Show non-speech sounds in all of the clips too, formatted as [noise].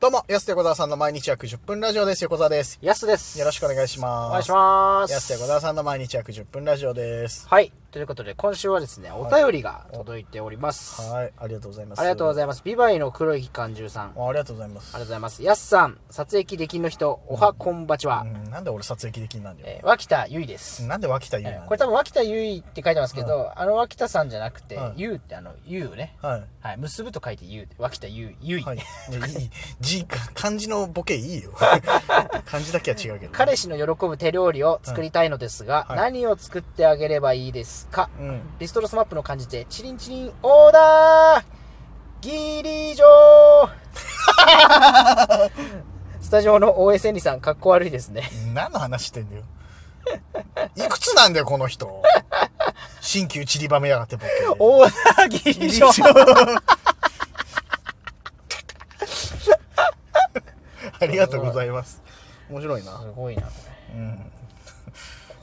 どうも、安手小沢さんの毎日約10分ラジオです。横澤です。やすです。よろしくお願いします。お願いします。安手小沢さんの毎日約10分ラジオです。はい。ということで、今週はですね、お便りが届いております。はい、ありがとうございます。ありがとうございいます。ビバイの黒い感中さん。ます。あありりがとうございます。がとうございます。やすさん、撮影できの人、おはこんばちは。うん、なんで俺撮影機できんなんだよ。えー脇田ゆいです。なんで脇田優なえんだーよこれ多分脇田ゆいって書いてますけど、あの脇田さんじゃなくて、はいゆうってあの、ゆうね。はい。はい。結ぶと書いてゆう。脇田ゆう、ゆい。 [laughs] はい。いやいい。字、漢字のボケいいよ。漢字だけは違うけど。彼氏の喜ぶ手料理を作りたいのですが、はい何を作ってあげればいいですか、うん。リストロスマップの感じで、チリンチリン、オーダーギリジョー [laughs] スタジオの OSN さん、かっこ悪いですね。何の話してん [laughs] だよ。いくつなんだよ、この人。新旧散りばめやがってボケ。オーダーギリジョー [laughs] ありがとうございます。面白いな。すごいな、こうん。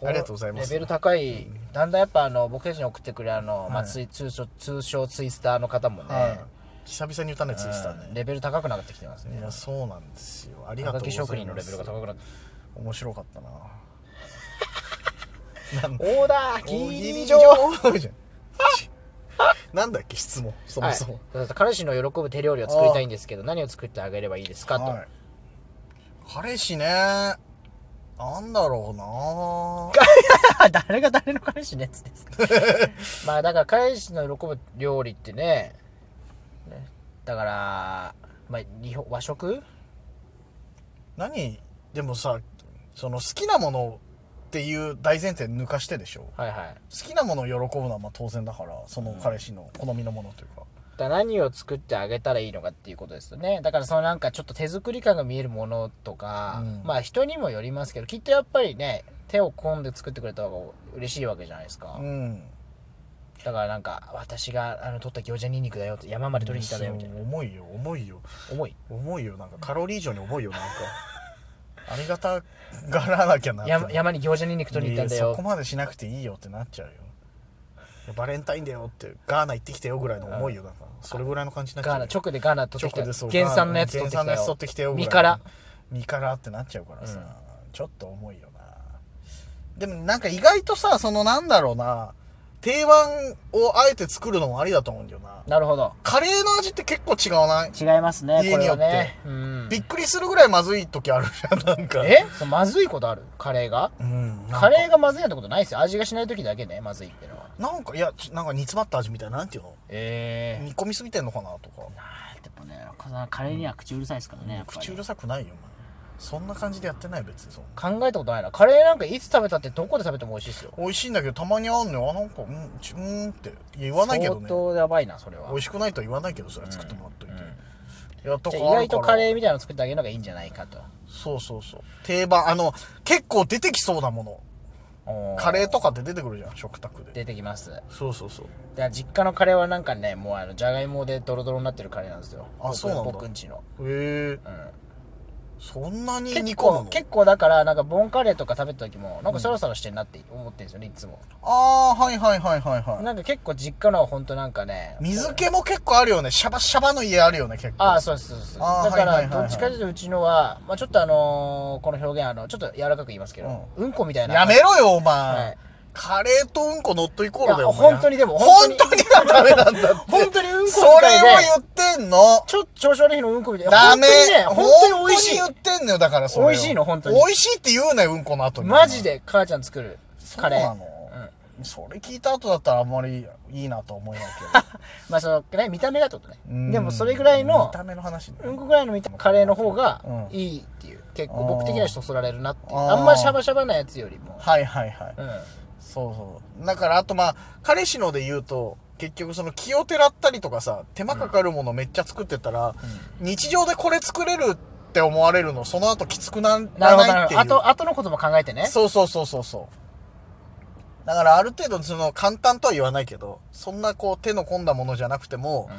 れ。ありがとうございますレベル高い、だんだんやっぱあの、僕たちに送ってくれるあの、まはあ、いつい通称、通称ツイスターの方もね、はい。久々に歌のやつでしたうんね。レベル高くなってきてますいねや、。そうなんですよ。ありがとはがうごきざいます。職人のレベルが高くなって面白かったな。なんオーダーおギリジョーじゃんなんだっけ、質問。そもそも。はい、彼氏の喜ぶ手料理を作りたいんですけど何を作ってあげればいいですかと、 [laughs] はい彼氏ね。なんだろう [laughs] な。誰が誰の彼氏のやつで [laughs] すかまあだから彼氏の喜ぶ料理ってねねだから、まあ、日本和食何でもさその好きなものっていう大前提抜かしてでしょはいはい好きなものを喜ぶのはまあ当然だからその彼氏の好みのものというか、だから何を作ってあげたらいいのかっていうことですよねだからそのなんかちょっと手作り感が見えるものとか、うんまあ人にもよりますけどきっとやっぱりね手を込んで作ってくれた方が嬉しいわけじゃないですか、うんだからなんか私があの取った餃子ニンニクだよって山まで取りに行っただよみたいなそう重いよ重いよ重い重いよなんかカロリー以上に重い [laughs] よなんかありがたがらなきゃなって山山に餃子ニンニク取りに行ったんだいやよそこまでしなくていいよってなっちゃうよいやバレンタインだよってガーナ行ってきてよぐらいの重いよなんかそれぐらいの感じになっちゃガうーナよ直でガーナ取ってきた直でそう原産のやつ原取ってきたよ産のやつ取ってきてよぐ身から身からってなっちゃうからさ、ちょっと重いよなでもなんか意外とさそのなんだろうな定番をあえて作るのもありだと思うんだよななるほどカレーの味って結構違うない、違いますね家こにれよはってね、うんびっくりするぐらいまずい時あるじゃんなんかえそうまずいことあるカレーがうんなんかカレーがまずいなんてことないですよ味がしない時だけねまずいってのはなんかいやちなんか煮詰まった味みたいななんていうのええ煮込みすぎてんのかなとかでもねカレーには口うるさいですからね、口うるさくないよお前そんな感じでやってない別にそう考えたことないなカレーなんかいつ食べたってどこで食べても美味しいですよ美味しいんだけどたまにあんのよあなんかうんちうーんって言わないけどね相当やばいなそれは美味しくないとは言わないけどそれは作ってもらっといて、いやとじかゃあ意外とカーレーみたいなの作ってあげるのがいいんじゃないかとそうそうそう定番あの結構出てきそうなものおカレーとかって出てくるじゃん食卓で出てきますそうそうそうだから実家のカレーはなんかねもうあのじゃがいもでドロドロになってるカレーなんですよあ僕そうなんだ僕んちの、へえうん、そんなに煮結込む構の結構だからなんかボンカレーとか食べた時もなんかサラサラしてんなって思ってるんですよねいつもああはいはいはいはいはいなんか結構実家のはほんとなんかね水気も結構あるよねシャバシャバの家あるよね結構ああそうですそうですあーだかはいらはいはいどはいっちかというとうちのは、まあ、ちょっとあのーこの表現あのちょっと柔らかく言いますけど、うん、こみたいなやめろよお前、はいカレーとうんこ乗っといこうだよいや本当にでも本本当当にがダメなんだって本当にうんこみそれたいでを言ってんのちょっと調子悪い日のうんこみたいダメ本当にね本当に美味しい本当に言ってんのよだからそれを美味しいの本当に美味しいって言うなようんこの後にマジで母ちゃん作るそうカレーなのそれ聞いた後だったらあんまりいいなとは思えないけまあそのね見た目がってことねどうん [laughs] でもそれぐらいの見た目の話ねうんこぐらいの見たカレーの方がうんいいっていう、結構僕的にはそそられるなっていうああーんまシャバシャバなやつよりも、はいはいはい、うん、そうそうだからあとまあ彼氏ので言うと結局その気をてらったりとかさ手間かかるものめっちゃ作ってたら、日常でこれ作れるって思われるのその後きつくななるらほどなないるってほいうどあとあとのことも考えてねそうそうそうそうそう。だからある程度その簡単とは言わないけど、そんなこう手の込んだものじゃなくても、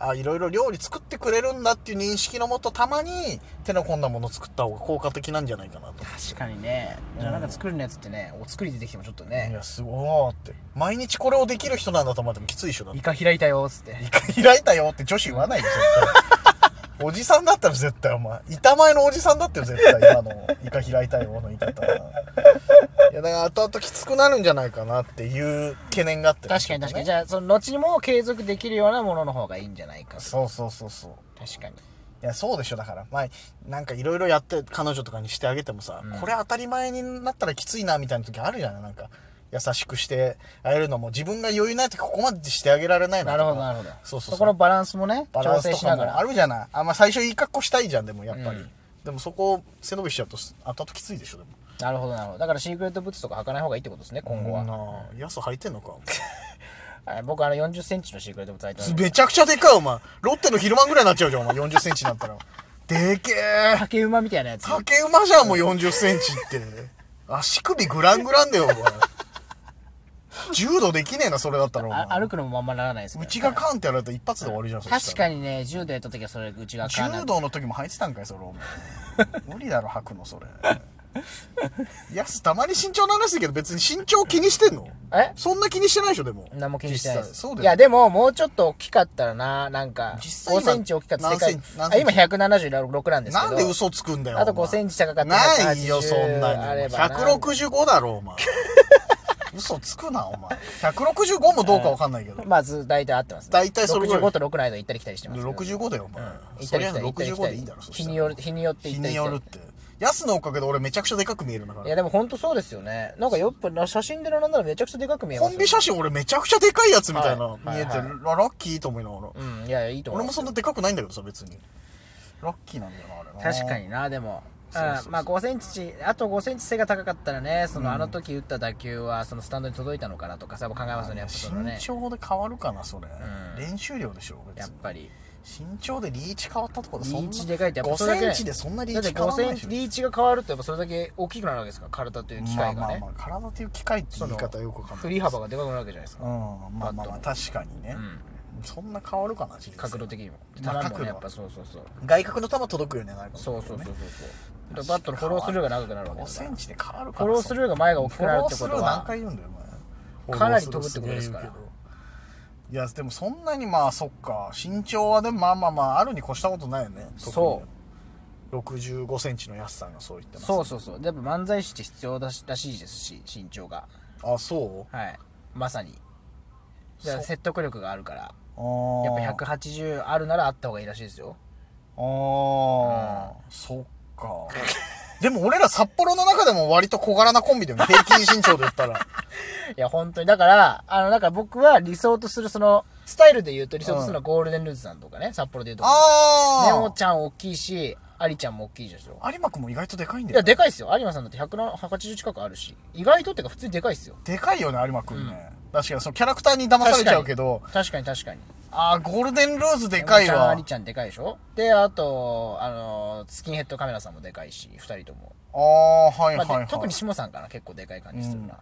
あ、いろいろ料理作ってくれるんだっていう認識のもと、たまに手の込んだもの作った方が効果的なんじゃないかなと。確かにねじゃあなんか作るのやつってねお作り出てきてもちょっといねや、すごいって。毎日これをできる人なんだと思ってもきついでしょ、だって [laughs] イカ開いたよっつって開いたよって女子言わないでしょ。絶おじさんだったら絶対お前板前のおじさんだってよ絶対今のイカ開いたよの言い方はいやだから後々きつくなるんじゃないかなっていう懸念があって、確かに確かに。じゃゃあ、その後にも継続できるようなものの方がいいんじゃないか。そうそうそうそう確かに。いやそうでしょだからまあなんかいろいろやって彼女とかにしてあげてもさ、うんこれ当たり前になったらきついなみたいな時あるじゃないなんか優しくしてあげるのも自分が余裕ない時ここまでしてあげられないなとるかほど、なるほど。そうそうそうそこのバランスもね、バラ調ンス整としなかがもあら。るじゃないあ、まあ、最初いい格好したいじゃんでもやっぱり、うんでもそこを背伸びしちゃうと後々きついでしょでもなるほど、なるほど。だからシークレットブーツとか履かない方がいいってことですね、今後なは。あヤス履いてんのかあ僕、あの、40センチのシークレットブーツ履いて [laughs] ます。めちゃくちゃでかいお前ロッテの昼間ぐらいになっちゃうじゃんお前4 0ンチになったらでけえ竹馬みたいなやつ。竹馬じゃんもう4 0ンチって足首グラングランだよお前柔道できねえなそれだったらおあ前歩くのもまんまならないですから内がカーンってやられたら一発で終わりじゃんそ確したらかにね、柔道やった時はそれ、内側からな柔道の時も履いてたんかいそれお前 [laughs] 無理だろ履くのそれやすたまに身長の話だけど別に身長気にしてんのえそんな気にしてないでしょでも何も気にしてないで実す。際そうだよいや、でも、もうちょっと大きかったらな、なんか、実際5今センチ大きかったら世界何セン何あセン今チ176なんですけなど。んで嘘つくんだよ。あとお前5センチ高かったらないよ、 180そんなに。あればな165だろ、お前。嘘つくな、お前。165もどうかわかんないけど。まあ、ず、大体合ってます、ね。大体それぐらい65と6の間行ったり来たりしてますけど。 65だよ、お前。行っそたりりゃ来たり。行ったり来65たでいいりんだろ、そした日らによる、日によって行日ったりに来たよるりっ。て。ヤスのおかげで俺めちゃくちゃでかく見えるんだかいら。や、でも本当そうですよね。なんか、やっぱな、写真で並んだらめちゃくちゃでかく見えまコすンよビ写真俺めちゃくちゃでかいやつみたいはない見えてはいはいる。ララッキーと思いながら。うん、いやいや、いいと思俺もいますそんよ。なでかくないんだけどさ、別に。ラッキーなんだよな、あれな。確か。にな、でも。そうそうそううんまあ5センチ、あと5センチ背が高かったらね、その、あの時打った打球は、そのスタンドに届いたのかなとかさ、考えますよね、やっぱそのね身。長で変わるかな、それ。ん練習量でしょ、別やっに。ぱり。身長でリーチ変わったところでリそんなーチでかいってやっぱ5それだけセンチでそんなリーチだ変わっらてない5でセしンょチリーチが変わるとやっぱそれだけ大きくなるわけですから体という機まあ械がまあねまあ体という機械って言い方よくわかんない振り幅がでかくなるわけじゃないですうんかまあまあまあ確かにねう、んそんな変わるかな人生角度的にもまあただも角ね度やはっぱそうそうそう外角の球届くよねなんかそうそうそうそうそう確かバットのフォロースルーが長くなるわけ5ですかセらンチで変わるかフなォロースルーが前が大きくなるってことフォロースルー何は回言うんだよお前かなり飛ぶってことですからフォロースルーすげえ言うけどいやでもそんなにまあそっか身長はでもまあまあまああるに越したことないよねそう6 5センチの安さんがそう言ってますそうそうそうやっぱ漫才師って必要だしらしいですし身長があそうはいまさにだからそう説得力があるからあーやっぱ180あるならあった方がいいらしいですよああ、そっか。でも俺ら札幌の中でも割と小柄なコンビだよね。平均身長で言った [laughs] ら。いや、本当に。だから、あの、なんか僕は理想とする、その、スタイルで言うと理想とするのはゴールデンルーズさんとかね、札幌で言うと。ネあモちゃん大きいし、アリちゃんも大きいでしょ。あ。有馬くんも意外とでかいんいだよや、ね。でかいっすよ。有馬さんだって180近くあるし。意外とってか、普通にでかいっすよ。でかいよね、有馬くんね。確かに、そのキャラクターに騙されちゃうけど、確かに確かに。ああ、ゴールデンルーズでかいネモちゃん、アわリ。ちゃんでかいでしょ。で、あと、あの、スキンヘッドカメラさんもでかいし、二人とも。ああ、はいはまあいではい。特に下さんかな、結構でかい感じするな。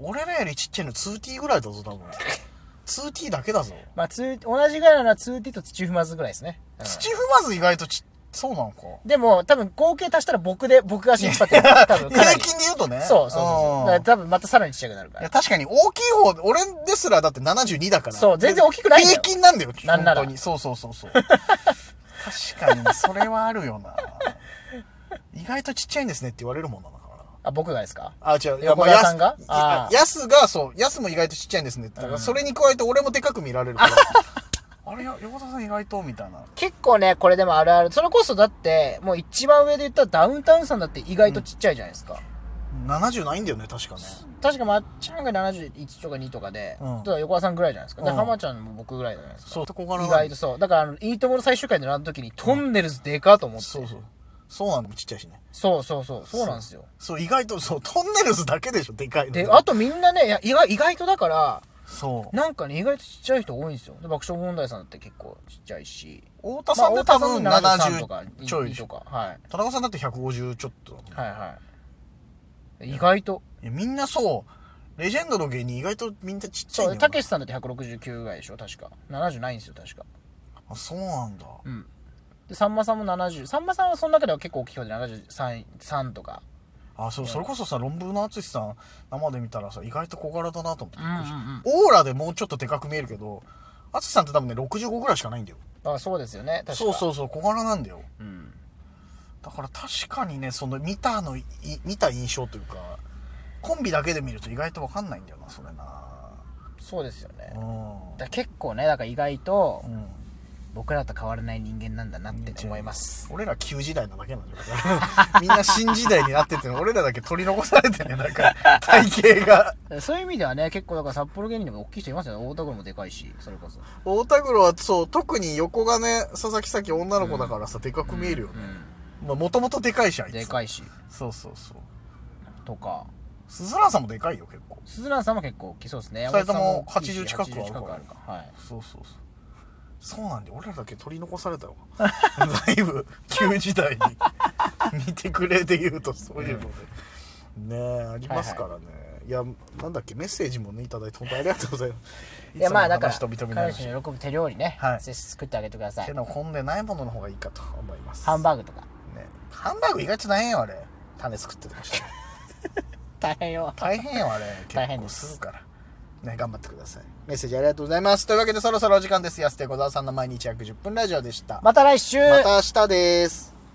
うん俺らよりちっちゃいの 2T ぐらいだぞ、 [laughs] 多分。2T だけだぞ。まあ、つ同じぐらいなら 2D と土踏まずぐらいですね。うん土踏まず意外とち、そうなのか。でも、多分合計足したら僕で、僕が引っ張ってる。多分かな平り。均で言うとね。そうそうそうそんう。だから多分またさらにちっちゃくなるかいやら。確かに大きい方、俺ですらだって72だから。そう全然大きくないんだよ平均なんだよ、なんなら本当に。そうそうそうそう。確かに、それはあるよな。意外とちっちゃいんですねって言われるもんなだから。あ、僕がですかあ、違う。横や川さんがすああいやすが、そう、やすも意外とちっちゃいんですねって。だから、それに加えて俺もでかく見られる [laughs] から。あれ、や横田さん意外とみたいな。結構ね、これでもあるある。それこそだって、もう一番上で言ったらダウンタウンさんだって意外とちっちゃいじゃないですか。 70ないんだよね、確かね。確かまっちゃんが71とか2とかで、うんただ横川さんぐらいじゃないですか。で、うん浜ちゃんも僕ぐらいじゃないですか。そう、ここから意外とそう。だから、あの、いいともの最終回で並んだ時に、トンネルズでかと思って。そうそう。そうなんだもちっちゃいしね。そうそうそう。そうなんですよ。そう、意外と、そう、トンネルズだけでしょ、でかいの。で、あとみんなね、いや意外、意外とだから、そう。なんかね、意外とちっちゃい人多いんですよ。で、爆笑問題さんだって結構ちっちゃいし。太田さんで多分まあ太田さん73 70ちょいでしとょ。か、はい。田中さんだって150ちょっとだもんはいはい。意外と。いやみんなそう、レジェンドの芸人意外とみんなちっちゃいそんだう、よたけしさんだって169ぐらいでしょ確か。70ないんですよ、確か。あ、そうなんだ。うん。で、さんまさんも70。さんまさんはその中では結構大きい方で73、3とか。あ、そう、それこそさ、論文の淳さん生で見たらさ、意外と小柄だなと思ってびっくりしたうんうんオーラでもうちょっとでかく見えるけど、淳さんって多分ね、65ぐらいしかないんだよ。あそうですよね確かそうそうそう小柄なんだよう、うん、だから確かにねその見たのい見た印象というかコンビだけで見ると意外と分かんないんだよなそれなそうですよねうだかんら結構ねだから意外とうん僕らと変わらない人間なんだなってね思います俺ら旧時代なだけなんだよみんな新時代になってて俺らだけ取り残されてねなんか体型がそういう意味ではね結構だから札幌芸人でも大きい人いますよね大田区もでかいしそれこそ太田黒はそう特に横がね佐々木咲女の子だからさ、でかく見えるよね、まあもともとでかいしあいつでかいしそうそうそうとか鈴蘭さんもでかいよ結構鈴蘭さんも結構大きそうですね二人とも山本さん大きいし80近くはある80あるかはいそうそうそうそうなんで俺らだけ取り残された [laughs] わだいぶ旧時代に見てくれで言うとそういうので、ねえありますからね、いやなんだっけメッセージもねいただいて本当ありがとうございます [laughs] いやまあだからいつもの話と認めない彼話氏の喜ぶ手料理ね、はいぜひ作ってあげてください手の込んでないものの方がいいかと思いますハンバーグとかね、ハンバーグ意外と大変よあれ種作っててました大変よ大変よあ [laughs] れ大結変で構すするからね頑張ってくださいメッセージありがとうございますというわけでそろそろお時間です安手小沢さんの毎日約10分ラジオでしたまた来週また明日です